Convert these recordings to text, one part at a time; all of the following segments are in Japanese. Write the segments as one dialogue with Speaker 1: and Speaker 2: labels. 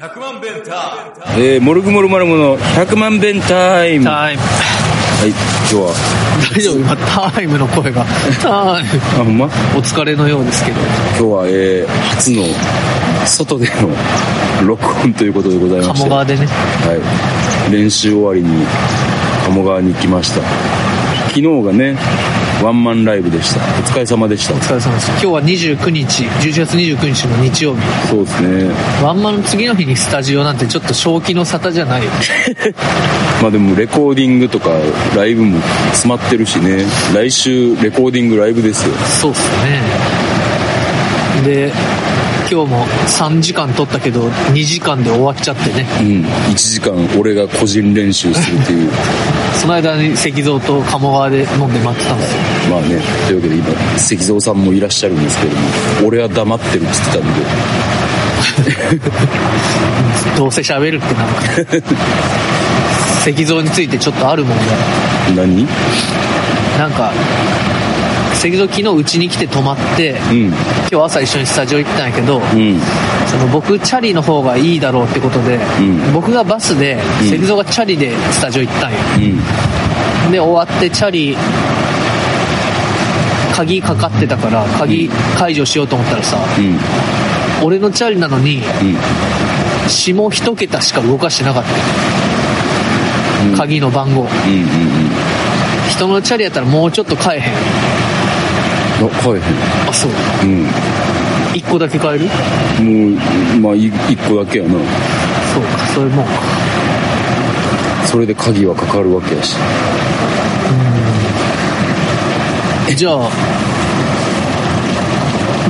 Speaker 1: 100万ベンター
Speaker 2: えー、モルグモルマルモの100万弁タイム。は
Speaker 3: タイム。
Speaker 2: い、今日は、
Speaker 3: 大丈夫今、タイムの声が。タイム。
Speaker 2: あ、ほんま
Speaker 3: お疲れのようですけど。
Speaker 2: 今日は、えー、初の、外での録音ということでございまして。
Speaker 3: 鴨川でね。
Speaker 2: はい。練習終わりに、鴨川に来ました。昨日がね、ワンマンライブでした。お疲れ様でした
Speaker 3: お。疲れ様です。今日は29日、11月29日の日曜日。
Speaker 2: そうですね。
Speaker 3: ワンマンの次の日にスタジオなんてちょっと正気の沙汰じゃないよ。
Speaker 2: まあでも、レコーディングとか、ライブも詰まってるしね。来週、レコーディングライブですよ。
Speaker 3: そうっすね。で、今日も3時間撮ったけど、2時間で終わっちゃってね。
Speaker 2: うん。1時間、俺が個人練習するっていう。
Speaker 3: その間に石像と鴨川で飲んで待ってたんですよ。
Speaker 2: まあね、というわけで今、石蔵さんもいらっしゃるんですけれども、俺は黙ってるって言ってたんで、
Speaker 3: どうせ喋るってなんか。 石像についてちょっとあるもんね。
Speaker 2: 何
Speaker 3: なんか、石像昨日うちに来て泊まって、
Speaker 2: うん、
Speaker 3: 今日朝一緒にスタジオ行ったんやけど、
Speaker 2: うん、
Speaker 3: その僕チャリの方がいいだろうってことで、
Speaker 2: ん
Speaker 3: 僕がバスで、石像がチャリでスタジオ行ったんよ。
Speaker 2: うん、
Speaker 3: で、終わってチャリ、鍵かかってたから、鍵解除しようと思ったらさ、
Speaker 2: うん、
Speaker 3: 俺のチャリなのに、下一桁しか動かしてなかったよ、
Speaker 2: うん
Speaker 3: 鍵の番号。
Speaker 2: うん、うん、
Speaker 3: 人のチャリやったらもうちょっと買え
Speaker 2: うん。
Speaker 3: へん。
Speaker 2: あ、はい
Speaker 3: あ、そう。
Speaker 2: は
Speaker 3: 一個だけ買える
Speaker 2: い。うん。もう、まあ、い一個だけやな。
Speaker 3: そうか、そういうもんか。
Speaker 2: それで鍵はかかるわけやし。
Speaker 3: えじゃあ、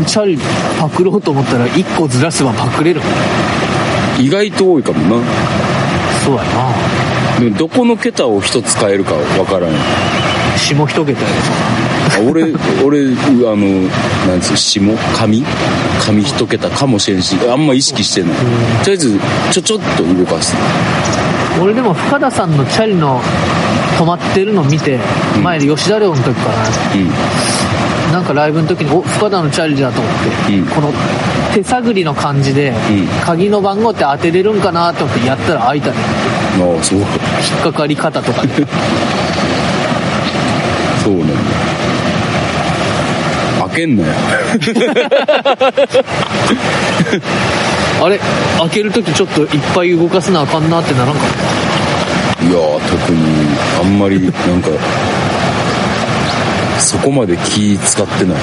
Speaker 3: チャリパクろうと思ったら一個ずらすはパクれる
Speaker 2: 意外と多いかもな。
Speaker 3: そうやな。
Speaker 2: でもどこの桁を一つ変えるかわからん。あ
Speaker 3: 下一桁や
Speaker 2: 俺、 俺、うあの、なんつう、下紙紙一桁かもしれんし、あんま意識してない。とりあえず、ちょちょっと動かす。
Speaker 3: で俺でも深田さんのチャリの止まってるの見て、
Speaker 2: うん
Speaker 3: 前で吉田寮の時か
Speaker 2: うん。
Speaker 3: な、なんかライブの時に、お、深田のチャリだと思って、
Speaker 2: うん
Speaker 3: この手探りの感じで、
Speaker 2: ん
Speaker 3: 鍵の番号って当てれるんかなと思ってやったら開いたね。
Speaker 2: ああ、そうか。
Speaker 3: 引っかかり方とかで。
Speaker 2: そうなんだ。開けんなよ。
Speaker 3: あれ開ける時ちょっといっぱい動かすなあかんなってならんかった
Speaker 2: いやー、特に、あんまり、なんか、そこまで気使ってないな。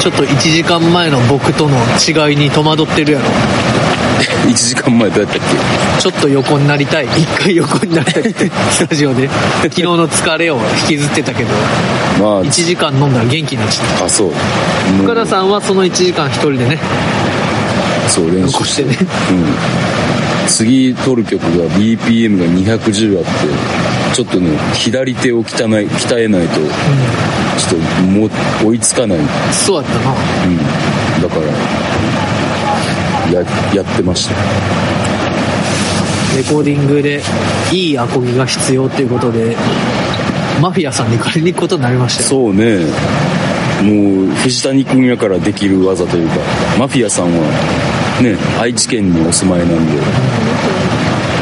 Speaker 3: ちょっと1時間前の僕との違いに戸惑ってるやろ。
Speaker 2: 1時間前どうやったっ
Speaker 3: ちょっと横になりたい。一回横になりたいって、スタジオで。昨日の疲れを引きずってたけど、
Speaker 2: けま
Speaker 3: 1時間飲んだら元気になっちゃった。
Speaker 2: あ、あ、そう。もう
Speaker 3: 深田さんはその1時間一人でね、
Speaker 2: そう、練習
Speaker 3: 残してね。
Speaker 2: うん。次撮る曲が BPM が210あって、ちょっとね、左手を鍛えない、鍛えないと、ちょっともう追いつかない。うん。
Speaker 3: そうやった
Speaker 2: だ
Speaker 3: な。
Speaker 2: から、や、やってました。
Speaker 3: レコーディングでいいアコギが必要っていうことで、マフィアさんに借りに行くことになりましたよ。
Speaker 2: そうね。もう、藤谷君やからできる技というか、マフィアさんは、ね、愛知県にお住まいなんで、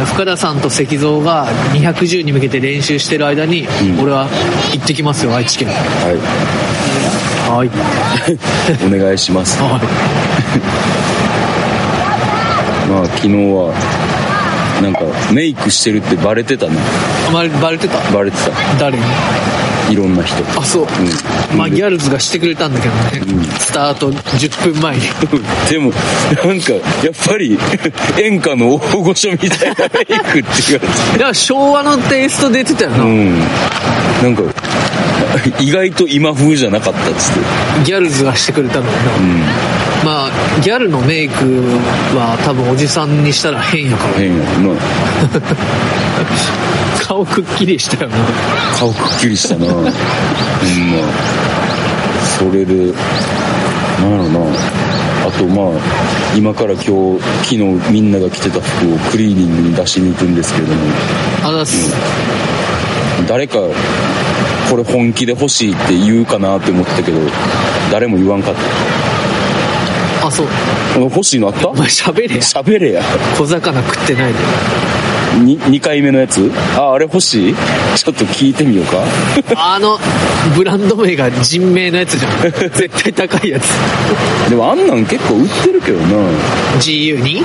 Speaker 3: 深田さんと石像が210に向けて練習してる間に、
Speaker 2: ん
Speaker 3: 俺は行ってきますよ、愛知県。
Speaker 2: は
Speaker 3: はい。
Speaker 2: い、お願いします。ま
Speaker 3: は
Speaker 2: あ、昨日は、なんか、メイクしてるってバレてたね。
Speaker 3: い。まりバレてた
Speaker 2: バレて
Speaker 3: 誰に
Speaker 2: た。いろんな人。
Speaker 3: あ、そう。
Speaker 2: うん
Speaker 3: まあ、ギャルズがしてくれたんだけどね。スタート10分前に。
Speaker 2: でも、なんか、やっぱり、演歌の大御所みたいなメイクって言われて。
Speaker 3: いや、昭和のテイスト出てたよな。
Speaker 2: うん。なんか、意外と今風じゃなかったっつって。
Speaker 3: ギャルズがしてくれたのにな。
Speaker 2: うん。
Speaker 3: まあ、ギャルのメイクは多分おじさんにしたら変やから。
Speaker 2: 変やな。
Speaker 3: 顔くっきりしたよな。
Speaker 2: 顔くっきりした なうんまそれでなんやろなあとまあ今から今日昨日みんなが着てた服をクリーニングに出しに行くんですけれども
Speaker 3: あざっす。
Speaker 2: 誰かこれ本気で欲しいって言うかなって思ってたけど誰も言わんかっ
Speaker 3: あ、そう。
Speaker 2: た欲しいのあった
Speaker 3: お前喋れや。
Speaker 2: 喋れや
Speaker 3: 小魚食って ないで。
Speaker 2: に2回目のやつああれ欲しいちょっと聞いてみようか
Speaker 3: あの、ブランド名が人名のやつじゃん。 絶対高いやつ。
Speaker 2: でもあんなん結構売ってるけどな
Speaker 3: GU に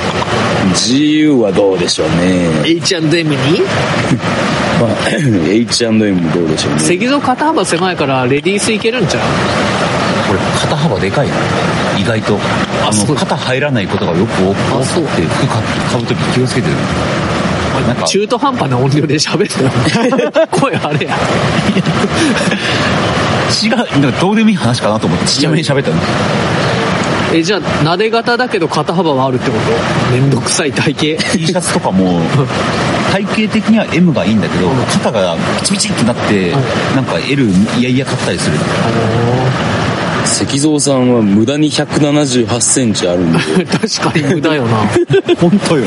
Speaker 2: GU はどうでしょうね
Speaker 3: H&M に
Speaker 2: まあ H&M もどうでしょうね
Speaker 3: 石像肩幅狭いからレディースいけるんちゃう
Speaker 4: これ肩幅でかいな意外とあ
Speaker 3: そ
Speaker 4: の
Speaker 3: う
Speaker 4: 肩入らないことがよく多く
Speaker 3: あそう
Speaker 4: て服買って買う時気をつけてるなんか
Speaker 3: 中途半端な音量で喋って よ声あれや。
Speaker 4: 違うなんかどうでもいい話かなと思ってちっちゃめに喋ったの
Speaker 3: え、じゃあ、撫で型だけど肩幅はあるってことめんどくさい体型。
Speaker 4: T シャツと かも体型的には M がいいんだけど肩がピチピチってなってなんか L いやいや買った りする
Speaker 3: あの
Speaker 2: 石像さんは無駄に1 7 8ンチあるん で
Speaker 3: ー 確かに無駄よな。
Speaker 4: 本当よ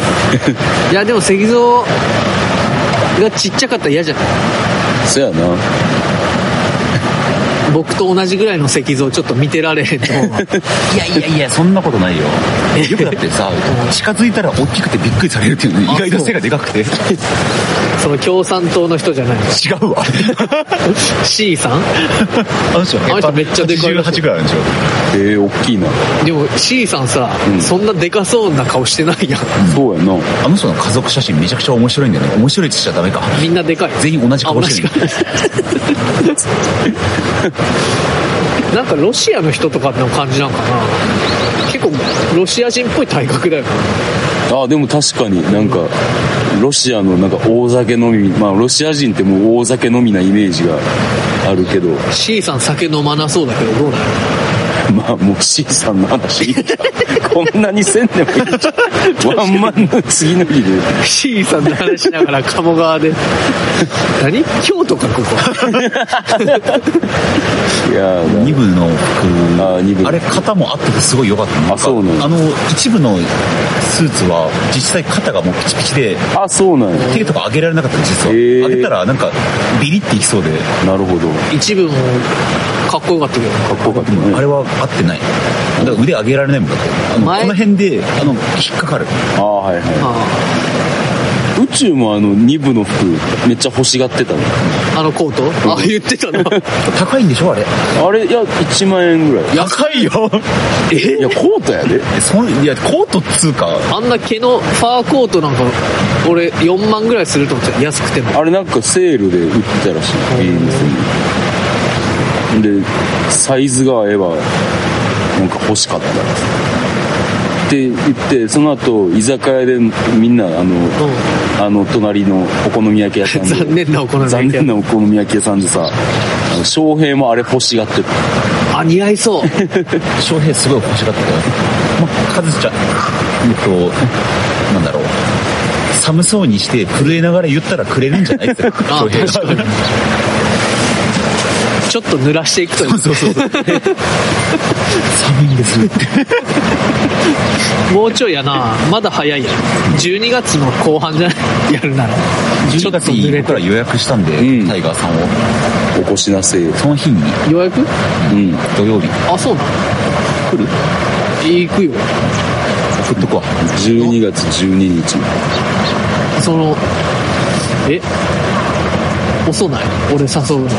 Speaker 3: いや、でも石像がちっちゃかったら嫌じゃない
Speaker 2: そやな
Speaker 3: 僕と同じぐらいの石像ちょっと見てられへんと思う わ
Speaker 4: いやいやいやそんなことないよよくだっ てさ近づいたら大きくてびっくりされるっていうのね
Speaker 3: あ
Speaker 4: 意外と
Speaker 3: そう
Speaker 4: 背がでかく て違
Speaker 3: その共産党の人じゃない
Speaker 4: うわ
Speaker 3: C さん
Speaker 4: あの人
Speaker 3: あの人めっちゃでかいらしい
Speaker 4: 88ぐらいあるんでしょ
Speaker 2: えー、大きいな
Speaker 3: でも C さんさ、
Speaker 2: ん
Speaker 3: そんなでかそうな顔してないやん
Speaker 2: そうやな
Speaker 4: あの人の家族写真めちゃくちゃ面白いんだよね。面白いって言っちゃダメか。
Speaker 3: みんなでかい
Speaker 4: 全員同じ顔してる
Speaker 3: あ同じ顔なんかロシアの人とかの感じなんかな結構ロシア人っぽい体格だよな
Speaker 2: あでも確かになんかロシアのなんか大酒飲みまあロシア人ってもう大酒飲みなイメージがある けど
Speaker 3: C さん酒飲まなそうだけどどうなの
Speaker 2: まあもう C さんの話いいか こんなにせんでもいいじゃんワンマンの次の日で
Speaker 3: C さんの話しながら鴨川で何京都かここ
Speaker 2: いやー
Speaker 4: 二部の服
Speaker 2: あー二部
Speaker 4: あれ肩もあっててすごい良かったの
Speaker 2: あそうなの
Speaker 4: あの一部のスーツは実際肩がもうピチピチで
Speaker 2: あそうなんや
Speaker 4: 手とか上げられなかったの実は、
Speaker 2: へー
Speaker 4: 上げたらなんかビリっていきそうで、
Speaker 2: なるほど
Speaker 3: 一部もかっこよかったけど
Speaker 2: かっこよかったね
Speaker 4: あれは合ってないだから腕上げられないもんだってあの
Speaker 3: 前
Speaker 4: この辺であの引っかかる
Speaker 2: ああはいは
Speaker 3: あ
Speaker 2: い宇宙もあの2部の服めっちゃ欲しがってたの
Speaker 3: ああのコートあ言ってたな
Speaker 4: 高いんでしょあれ
Speaker 2: あれいや1万円ぐらい
Speaker 4: 高いよ
Speaker 2: いやコートやで
Speaker 4: そんいやコートっつうか
Speaker 3: あんな毛のファーコートなんか俺4万ぐらいすると思ってた安くても
Speaker 2: あれなんかセールで売ってたらしいいい店にでサイズが合えばなんか欲しかったって言ってその後居酒屋でみんなあの、あの隣のお好み焼き屋さんで
Speaker 3: 残念なお好み焼き 屋
Speaker 2: 残念なお好み焼き屋さんでさあの翔平もあれ欲しがってた
Speaker 3: あ似合いそう
Speaker 4: 翔平すごい欲しかったから、まあ、カズちゃん、えっと、なんだろう。寒そうにして震えながら言ったらくれるんじゃないですか。
Speaker 3: あ
Speaker 4: 翔平が
Speaker 3: 確かにちょっと濡らしていくという
Speaker 4: そうそうそう。寒いんですって。
Speaker 3: もうちょいやなまだ早いや12月の後半じゃないやるならちょ
Speaker 4: 12
Speaker 3: っと
Speaker 4: 月
Speaker 3: 濡
Speaker 4: に
Speaker 3: れ
Speaker 4: 僕
Speaker 3: て
Speaker 4: ら予約したんで、
Speaker 2: うん
Speaker 4: タイガーさんを。
Speaker 2: おこしなせえよ
Speaker 4: その日に、
Speaker 3: ようやく
Speaker 2: うん
Speaker 4: 土曜日、
Speaker 3: あそうなの
Speaker 4: 来る
Speaker 3: 行くよ
Speaker 4: 送っとくわ。
Speaker 2: 12月12日
Speaker 3: そのえ遅ない俺誘うの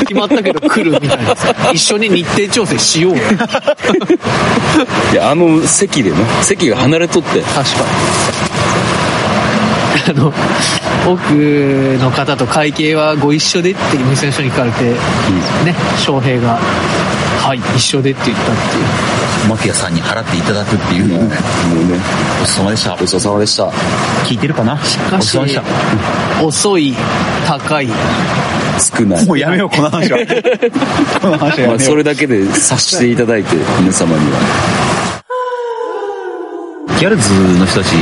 Speaker 3: 決まったけど来るみたいなさ一緒に日程調整しようよ確か
Speaker 2: いやあの席でな席が離れとって
Speaker 3: にあの奥の方と会計はご一緒でって店の人に聞かれて、ね翔平が「はい一緒で」って言ったっていう
Speaker 4: マフィアさんに払っていただくっていうのをね、
Speaker 2: もうね
Speaker 4: ごちそうさまでした
Speaker 2: ご。ちそうさまでした
Speaker 4: 聞いてるかなごち
Speaker 3: し
Speaker 4: そうさまでし
Speaker 3: 遅い高い
Speaker 2: 少な
Speaker 4: た。
Speaker 2: い
Speaker 4: もうやめよう、この話 は。この話はやめよう。
Speaker 2: まあ、それだけで察していただいて皆様には
Speaker 4: ギャルズの人たち、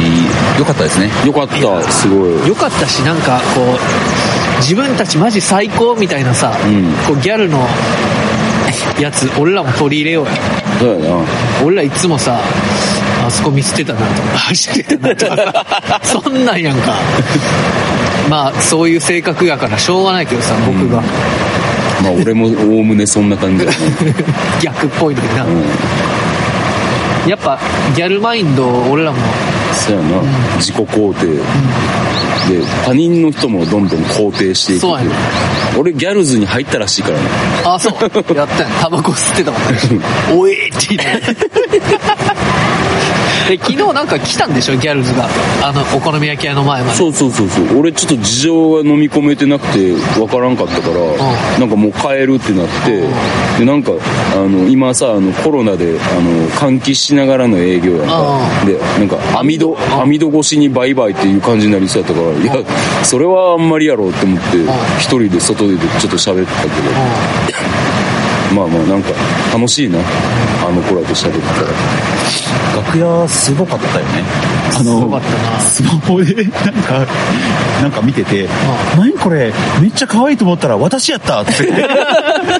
Speaker 4: 良かったですね。
Speaker 2: よかったすごい
Speaker 3: 良かったしなんかこう自分たちマジ最高みたいなさ、
Speaker 2: ん
Speaker 3: こうギャルのやつ俺らも取り入れようよ
Speaker 2: そうやな
Speaker 3: 俺らいつもさあそこ見捨てたなとか走ってたなとかそんなんやんかまあそういう性格やからしょうがないけどさ僕が、
Speaker 2: まあ俺もおおむねそんな感じだね
Speaker 3: 逆っぽいのにな、やっぱギャルマインドを俺らも
Speaker 2: そうやな自己肯定、で他人の人もどんどん肯定していく
Speaker 3: そうやね
Speaker 2: 俺ギャルズに入ったらしいからね
Speaker 3: あそうやったんやタバコ吸ってたもんねおえって言ってで昨日なんか来たんでしょギャルズがあのお好み焼き屋の前まで
Speaker 2: そうそうそうそう俺ちょっと事情が飲み込めてなくて分からんかったから、なんかもう帰るってなって、でなんかあの今さあのコロナであの換気しながらの営業やんか、
Speaker 3: う
Speaker 2: でなんか網戸網戸越しにバイバイっていう感じになりそうやったから、いやそれはあんまりやろうって思って、一人で外でちょっと喋ったけど、まあまあなんか楽しいなあの子らと喋ったら。
Speaker 4: 楽屋すごかったよねあ
Speaker 3: すごかったな
Speaker 4: スマホでなんかなんか見てて「何これめっちゃ可愛いと思ったら私やった」って
Speaker 3: だ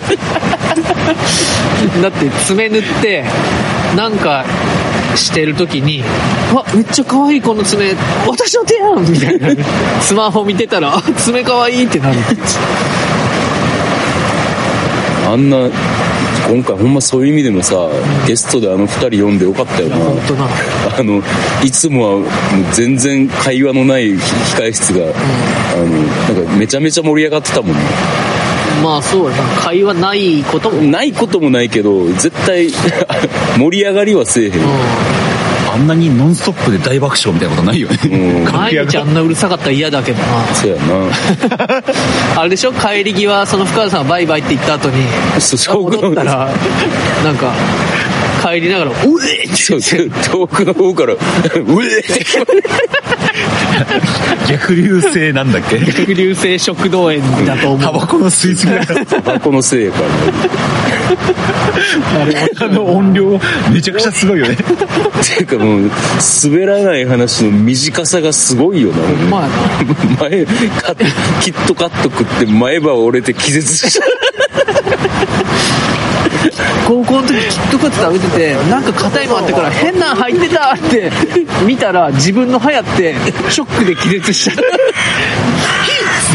Speaker 3: って爪塗ってなんかしてる時に「わめっちゃ可愛いこの爪私の手やん!」みたいな スマホ見てたら「あ爪可愛いってなる
Speaker 2: あんな今回ほんまそういう意味でもさゲストであの二人読んでよかったよな
Speaker 3: 本当な
Speaker 2: あのいつもはもう全然会話のない控室が、あのなんかめちゃめちゃ盛り上がってたもんね
Speaker 3: まあそうやな会話ないことも、うん、
Speaker 2: ないこともないけど絶対 盛り上がりはせえへん、
Speaker 4: あんなにノンストップで大爆笑みたいなことないよね
Speaker 2: うん
Speaker 3: 毎日あんなうるさかったら嫌だけど な
Speaker 2: そうや
Speaker 3: あれでしょ帰り際その深田さんがバイバイって言った後に
Speaker 2: なそう遠く
Speaker 3: 戻
Speaker 2: の
Speaker 3: ったらなんか帰りながら「おえ!」って
Speaker 2: そうそう遠くの方から「う え!」って
Speaker 4: 逆流性なんだっけ
Speaker 3: 逆流性食道炎だと思う
Speaker 4: タバコの吸い付け
Speaker 2: タバコのせいやからね
Speaker 4: あの音量めちゃくちゃすごいよね
Speaker 2: っていうかもう滑らない話の短さがすごいよな
Speaker 3: ほんまやな
Speaker 2: 前カットキットカット食って前歯折れて気絶した
Speaker 3: 高校の時キットカット食べててなんか硬いのあったから変なん入ってたって見たら自分の歯やってショックで気絶したで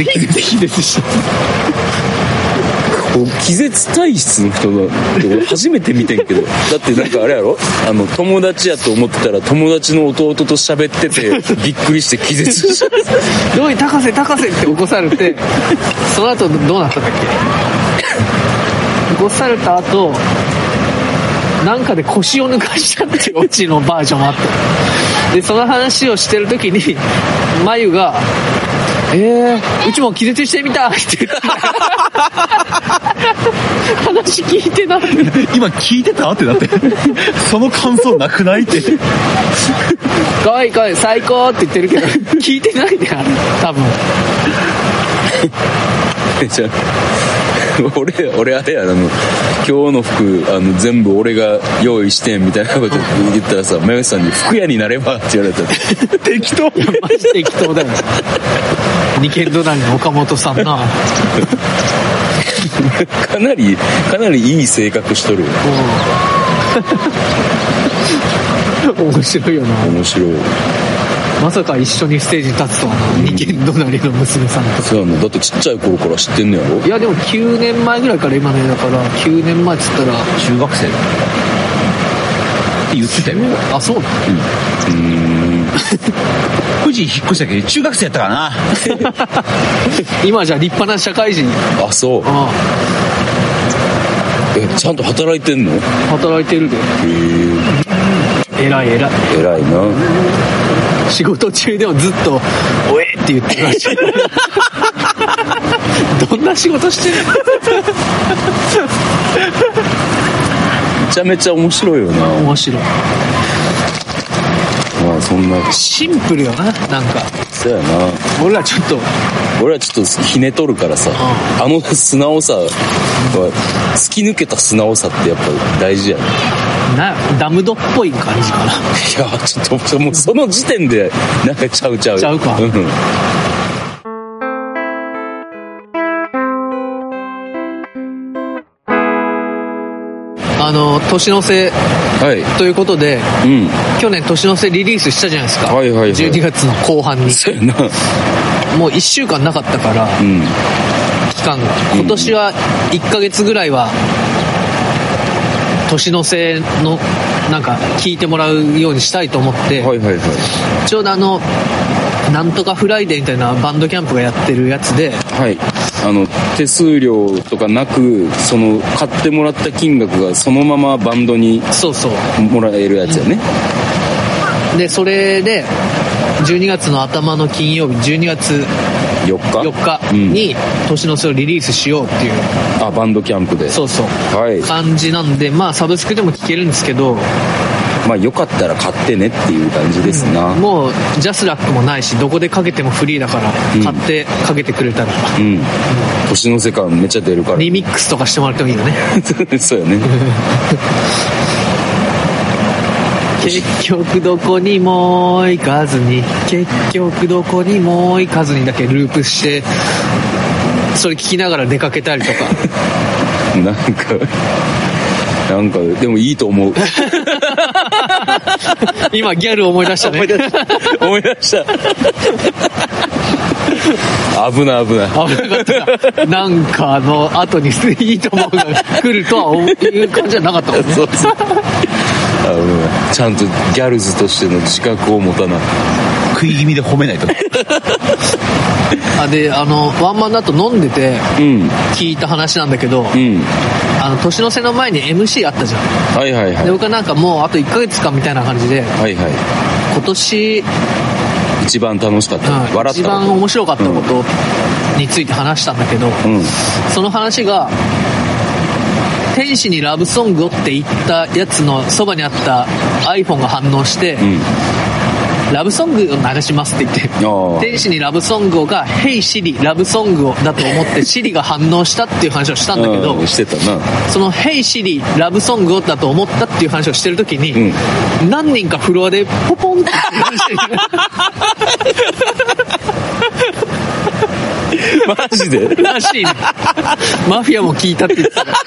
Speaker 3: 気絶気絶した
Speaker 2: こう気絶体質の人が俺初めて見てんけどだってなんかあれやろあの友達やと思ってたら友達の弟と喋っててびっくりして気絶した
Speaker 3: どうい高瀬高瀬って起こされてその後どうなったんだっけ 起こされた後なんかで腰を抜かしたっていうオチのバージョンもあったでその話をしてる時にまゆが「えー、うちも気絶してみたい」って言った 話聞いてない
Speaker 4: 今聞いてたってなってその感想なくないって
Speaker 3: かわいいかわいい最高って言ってるけど聞いてないであれ多分
Speaker 2: じゃあ俺俺あれやあの今日の服あの全部俺が用意してんみたいなこと言ったらさ真由さんに「服屋になれば」って言われた
Speaker 4: 適当
Speaker 3: マジ適当だよ二軒隣の岡本さんな
Speaker 2: かなりかなりいい性格しとるよ
Speaker 3: 面白いよな
Speaker 2: 面白い
Speaker 3: まさか一緒にステージに立つとはな二軒隣の娘さんと
Speaker 2: そうやなだってちっちゃい頃から知ってんのやろ
Speaker 3: いやでも9年前ぐらいから今ねだから9年前っつったら
Speaker 4: 中学生だって言ってたよ
Speaker 3: あそうなの
Speaker 4: 富士引っ越したけど中学生やったかな
Speaker 3: 今じゃ立派な社会人
Speaker 2: あそう
Speaker 3: あ
Speaker 2: えちゃんと働いてんのへ
Speaker 3: あ働いてるで
Speaker 2: え
Speaker 3: 偉い偉い
Speaker 2: 偉いな
Speaker 3: 仕事中でもずっと「おえ!」って言ってるらしい どんな仕事してる
Speaker 2: めちゃめちゃ面白いよな
Speaker 3: 面白い
Speaker 2: まあそんな
Speaker 3: シンプルよななんか
Speaker 2: そうやな
Speaker 3: 俺らちょっと
Speaker 2: 俺はちょっとひねとるからさあの素直さは突き抜けた素直さってやっぱ大事やね
Speaker 3: なダムドっぽい感じかない
Speaker 2: やちょっともうその時点でなんかちゃうちゃう
Speaker 3: ちゃうか
Speaker 2: ん
Speaker 3: あの年の瀬
Speaker 2: はい
Speaker 3: ということで
Speaker 2: うん
Speaker 3: 去年年の瀬リリースしたじゃないですか、
Speaker 2: はいはいはい
Speaker 3: 12月の後半に
Speaker 2: そうやな
Speaker 3: もう1週間なかったから、
Speaker 2: うん
Speaker 3: 期間が今年は1ヶ月ぐらいは年のせのなんか聞いてもらうようにしたいと思って、
Speaker 2: はいはいはい
Speaker 3: ちょうどあのなんとかフライデーみたいなバンドキャンプがやってるやつで
Speaker 2: はいあの手数料とかなくその買ってもらった金額がそのままバンドに
Speaker 3: そうそう
Speaker 2: もらえるやつやね、
Speaker 3: でそれで12月の頭の金曜日12月
Speaker 2: 4日
Speaker 3: 4日に年の瀬をリリースしようっていう、
Speaker 2: あバンドキャンプで
Speaker 3: そうそう
Speaker 2: はい
Speaker 3: 感じなんでまあサブスクでも聴けるんですけど
Speaker 2: まあよかったら買ってねっていう感じですな、うん
Speaker 3: もうジャスラックもないしどこでかけてもフリーだから
Speaker 2: うん
Speaker 3: 買ってかけてくれたら、
Speaker 2: 年の世界めっちゃ出るから
Speaker 3: リミックスとかしてもらってもいいよね
Speaker 2: そうや ね
Speaker 3: 結局どこにも行かずに結局どこにも行かずにだけループしてそれ聞きながら出かけたりとか
Speaker 2: なんかなんかでもいいと思う
Speaker 3: 今ギャル思い出したね
Speaker 2: 思い出した危ない危ない
Speaker 3: 危なかったななんかあの後にいいと思うが来るとは思ういう感じじゃなかったもんね
Speaker 2: そうそうあうんちゃんとギャルズとしての自覚を持たな
Speaker 4: 食い気味で褒めないと。
Speaker 3: あであのワンマンだと飲んでて
Speaker 2: うん
Speaker 3: 聞いた話なんだけど、
Speaker 2: うん
Speaker 3: あの年の瀬の前に MC あったじゃん
Speaker 2: はいはいはい
Speaker 3: で僕はなんかもうあと1ヶ月かみたいな感じで
Speaker 2: はいは
Speaker 3: 今年、
Speaker 2: い一番楽しかった、
Speaker 3: うん
Speaker 2: 笑った
Speaker 3: 一番面白かったことについて話したんだけど、
Speaker 2: うん
Speaker 3: その話が「天使にラブソングを」って言ったやつのそばにあった iPhone が反応して「
Speaker 2: うん
Speaker 3: ラブソングを流します」って言って
Speaker 2: ああ
Speaker 3: 天使にラブソングをが「ヘイシリラブソングを」だと思ってシリが反応したっていう話をしたんだけど、
Speaker 2: うんしてたな
Speaker 3: その「ヘイシリラブソングを」だと思ったっていう話をしてる時に、何人かフロアでポポンって
Speaker 2: マジで
Speaker 3: らしいねマフィアも聞いたって言ってたから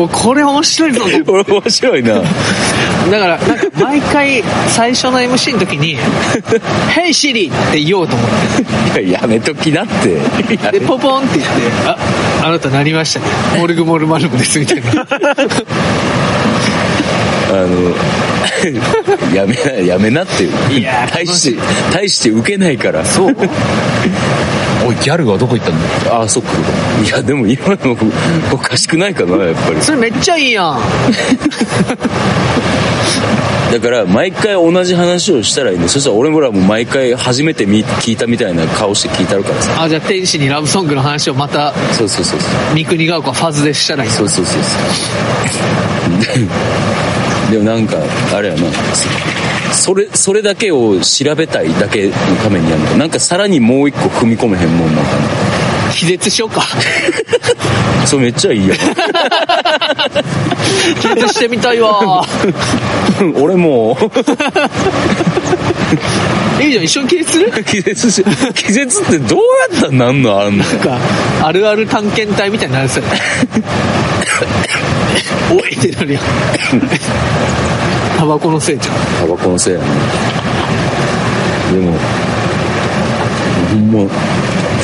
Speaker 3: おこれ面白いぞ
Speaker 2: これ 面白いな
Speaker 3: だからなんか毎回最初の MC の時に「ヘイシリって言おうと思っ
Speaker 2: いややめときなって
Speaker 3: てでポポンって言って「ああなたなりましたねモルグモルマルムです」みたいな
Speaker 2: あのやめなやめなってい
Speaker 3: いやー
Speaker 2: 大して大して受けないからそう
Speaker 4: おい、ギャルはどこ行ったんだよ。
Speaker 2: ああそっかいやでも今のおかしくないかなやっぱり
Speaker 3: それめっちゃいいやん
Speaker 2: だから毎回同じ話をしたらいいのそしたら俺もらも毎回初めてみ聞いたみたいな顔して聞いたるからさ
Speaker 3: あじゃあ天使にラブソングの話をまた
Speaker 2: そうそうそうそう
Speaker 3: 三国が丘ファズでしたらいい
Speaker 2: そうそうそうそうでもなんかあれやなそれそれだけを調べたいだけのためにやるのなんかさらにもう一個踏み込めへんもんなんか
Speaker 3: 気絶しようか
Speaker 2: なそれめっちゃいいや
Speaker 3: 気絶してみたいわ
Speaker 2: ん俺もう
Speaker 3: いいじゃん一緒に気絶する
Speaker 2: 気絶し気絶ってどうやったらなんのあんの
Speaker 3: なんかあるある探検隊みたいになりそうやおいってなるやんタバコのせいじゃん
Speaker 2: タバコのせいやねでもほんま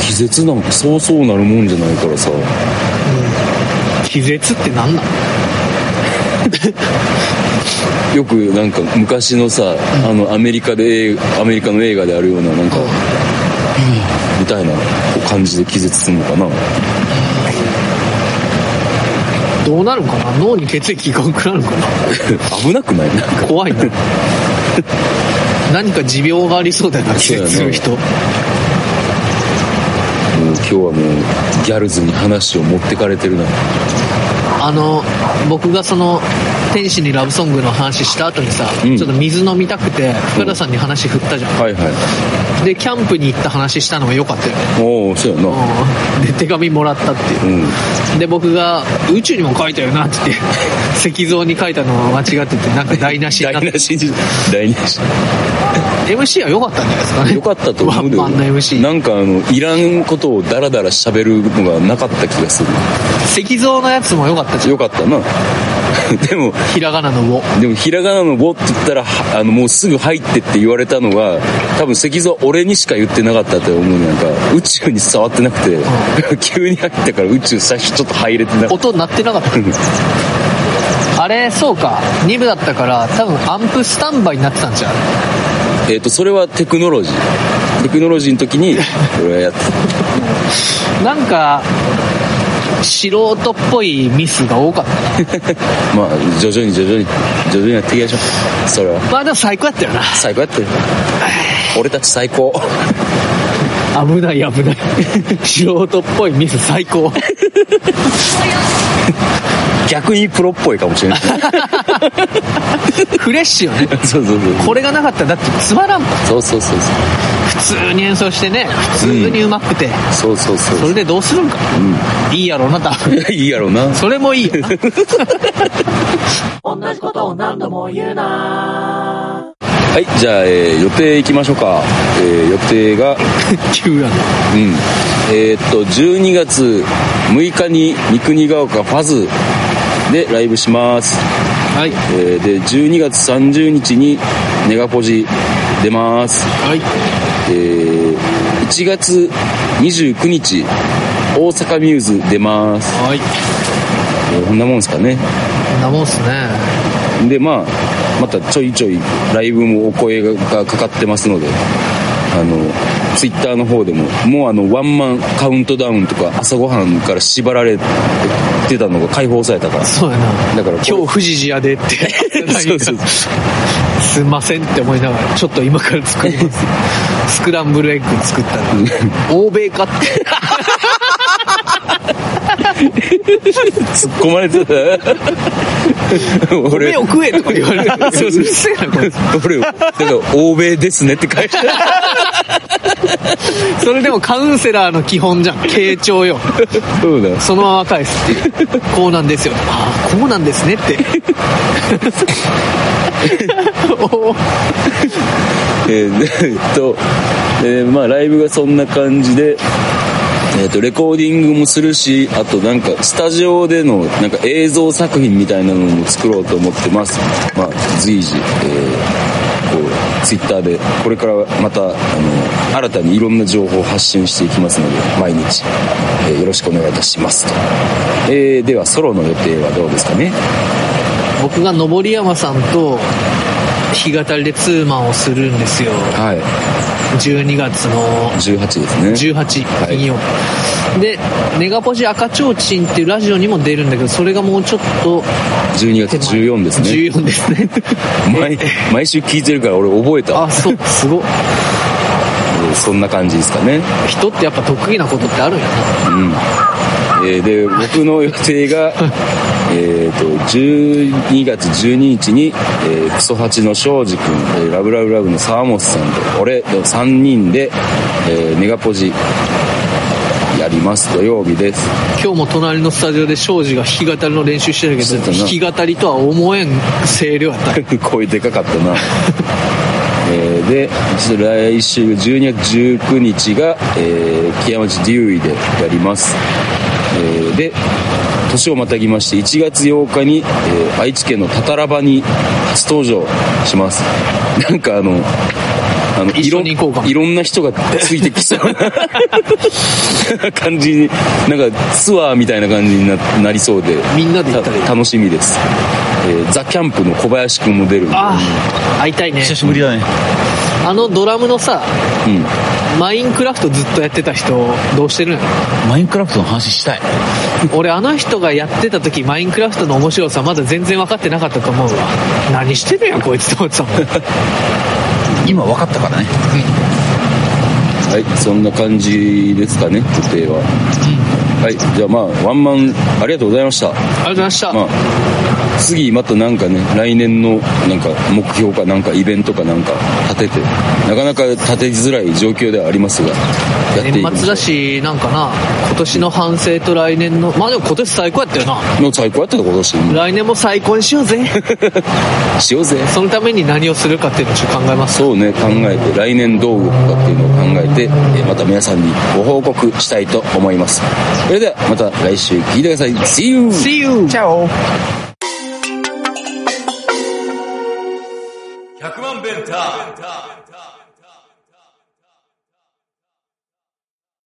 Speaker 2: 気絶なんかそうそうなるもんじゃないからさ
Speaker 3: 気絶ってなんなん
Speaker 2: よくなんか昔のさ、あのアメリカでアメリカの映画であるようななんか、みたいな感じで気絶するのかな
Speaker 3: どうなるんかな脳に血液がんくなるんかな
Speaker 2: 危なくないなんか
Speaker 3: 怖いな何か持病がありそうだよな気
Speaker 2: そうやな
Speaker 3: 絶する人
Speaker 2: もう今日はもうギャルズに話を持ってかれてるな
Speaker 3: あの僕がその天使にラブソングの話した後にさ、
Speaker 2: うん
Speaker 3: ちょっと水飲みたくて深田さんに話振ったじゃん、
Speaker 2: はいはい
Speaker 3: でキャンプに行った話したのが良かったよね
Speaker 2: おおそうやな
Speaker 3: うんで手紙もらったっていう
Speaker 2: うん
Speaker 3: で僕が「宇宙にも書いたよな」って 言って石像に書いたのを間違っててなんか台無しになっ
Speaker 2: 台無
Speaker 3: て
Speaker 2: しに台無し
Speaker 3: MC は良かったんじゃないですかね
Speaker 2: よかったと思う
Speaker 3: ワンマンの MC
Speaker 2: なんかあのいらんことをダラダラ喋るのがなかった気がする
Speaker 3: 石像のやつも良かったじゃ
Speaker 2: よかったなでも、
Speaker 3: ひらがなのを。
Speaker 2: でもひらがなの「ぼ」って言ったらはあのもうすぐ「入って」って言われたのが多分石像俺にしか言ってなかったと思うなんか宇宙に伝わってなくて、 急に入ったから宇宙最初ちょっと入れてなかっ
Speaker 3: 音鳴ってなかった。あれ、そうか。2部だったから、多分アンプスタンバイになってたんじゃん。
Speaker 2: たえっ、とそれはテクノロジーテクノロジーの時に俺はやって
Speaker 3: なんか、素人っぽいミスが多かった。
Speaker 2: たまあ徐々に徐々に徐々にやっていきましょうそれは
Speaker 3: まあでも最高やったよな。
Speaker 2: 最高やってる俺たち最高
Speaker 3: 危ない危ない。素人っぽいミス最高。
Speaker 2: 逆にプロっぽいかもしれない
Speaker 3: フレッシュよね。
Speaker 2: そうそうそう
Speaker 3: これがなかったらだってつまらんもん。
Speaker 2: そうそうそうそ
Speaker 3: 普通に演奏してね、普通に上手くて。
Speaker 2: うそうそう
Speaker 3: そ
Speaker 2: そう
Speaker 3: れでどうするんか。いいやろうな、多分。
Speaker 2: いいやろうな
Speaker 3: それもいいよな。
Speaker 2: はい、じゃあ、えー予定行きましょうか。えー予定が、
Speaker 3: 急やな。
Speaker 2: うん。えーっと、12月6日に三国ヶ丘ファズでライブします。
Speaker 3: はい。
Speaker 2: えーで、12月30日にネガポジ出ます。
Speaker 3: はい。
Speaker 2: えー1月29日、大阪ミューズ出ます。
Speaker 3: はい。
Speaker 2: えーこんなもんですかね。
Speaker 3: こんなもんっすね。
Speaker 2: で、まあ、またちょいちょいライブもお声がかかってますので、あの、ツイッターの方でも、もうあの、ワンマンカウントダウンとか、朝ごはんから縛られてたのが解放されたから。
Speaker 3: そうやな。
Speaker 2: だからこれ
Speaker 3: 今日富士寺やで って。
Speaker 2: そうそう
Speaker 3: すいませんって思いながら、ちょっと今から作ります。スクランブルエッグ作ったら、欧米かって。
Speaker 2: 突っ込まれてた。俺
Speaker 3: 米を、食えとか言われる。
Speaker 2: そう
Speaker 3: う
Speaker 2: そう
Speaker 3: るせえな、これ。
Speaker 2: 俺、だから欧米ですねって書いて た。
Speaker 3: それでもカウンセラーの基本じゃん。傾聴よ。
Speaker 2: そうだ。
Speaker 3: そのまま返すっていう。こうなんですよ。ああ、こうなんですねって。 お
Speaker 2: えーで えっと、えーまあライブがそんな感じで、えっとレコーディングもするしあとなんかスタジオでのなんか映像作品みたいなのも作ろうと思ってます、まあ、随時、えーこうツイッターでこれからまたあの新たにいろんな情報を発信していきますので毎日、えーよろしくお願いいたしますと、えーではソロの予定はどうですかね
Speaker 3: 僕が登山さんと弾き語りでツーマンをするんですよ。
Speaker 2: はい
Speaker 3: 12月の
Speaker 2: 18ですね
Speaker 3: 18金曜、で「ネガポジ赤ちょうちん」っていうラジオにも出るんだけどそれがもうちょっと
Speaker 2: 12月14ですね
Speaker 3: 14ですね
Speaker 2: 毎毎週聞いてるから俺覚えた
Speaker 3: あそうすごい
Speaker 2: そんな感じですかね、
Speaker 3: 人ってやっぱ得意なことってあるんやな
Speaker 2: えーで僕の予定がえーと12月12日に、えークソハチの庄司君、えーラブラブラブの沢本さんと俺の3人で、えーネガポジやります土曜日です
Speaker 3: 今日も隣のスタジオで庄司が弾き語りの練習してたけ
Speaker 2: してた
Speaker 3: ど
Speaker 2: な
Speaker 3: 弾き語りとは思えん声量やった
Speaker 2: 声でかかったなえーでちょっと来週12月19日が、えー、木山町デューイでやります、えーで年をまたぎまして1月8日に、えー愛知県のたたら場に初登場しますなんかあのあの
Speaker 3: 一緒に行こうか
Speaker 2: いろんな人がついてきそうな感じになんかツアーみたいな感じにななりそうで
Speaker 3: みんなで行ったらいい
Speaker 2: 楽しみです、えーザ・キャンプの小林くんも出るんで
Speaker 3: ああ会いたいね
Speaker 4: 久しぶりだね
Speaker 3: あのドラムのさ
Speaker 2: うん
Speaker 3: マインクラフトずっとやってた人どうしてるんやろ
Speaker 4: マインクラフトの話したい
Speaker 3: 俺あの人がやってた時マインクラフトの面白さまだ全然分かってなかったと思うわ何してるんやこいつと思って たもん
Speaker 4: 今分かったからね
Speaker 2: はいそんな感じですかね予定ははいじゃあまあワンマンありがとうございました
Speaker 3: ありがとうございました、
Speaker 2: まあ次またなんかね来年のなんか目標かなんかイベントかなんか立ててなかなか立てづらい状況ではありますがやっていきま
Speaker 3: 年末だ
Speaker 2: し
Speaker 3: しなんかな今年の反省と来年のまあでも今年最高やったよな
Speaker 2: もう最高やったと今年
Speaker 3: 来年も最高にしよう ぜ
Speaker 2: しようぜ
Speaker 3: そのために何をするかっていうのをちょっと考えます
Speaker 2: そうね考えて来年どう動くかっていうのを考えてえーまた皆さんにご報告したいと思いますそれではまた来週聞いてください See you!
Speaker 3: See you!
Speaker 4: チャオ
Speaker 5: 「
Speaker 1: ンター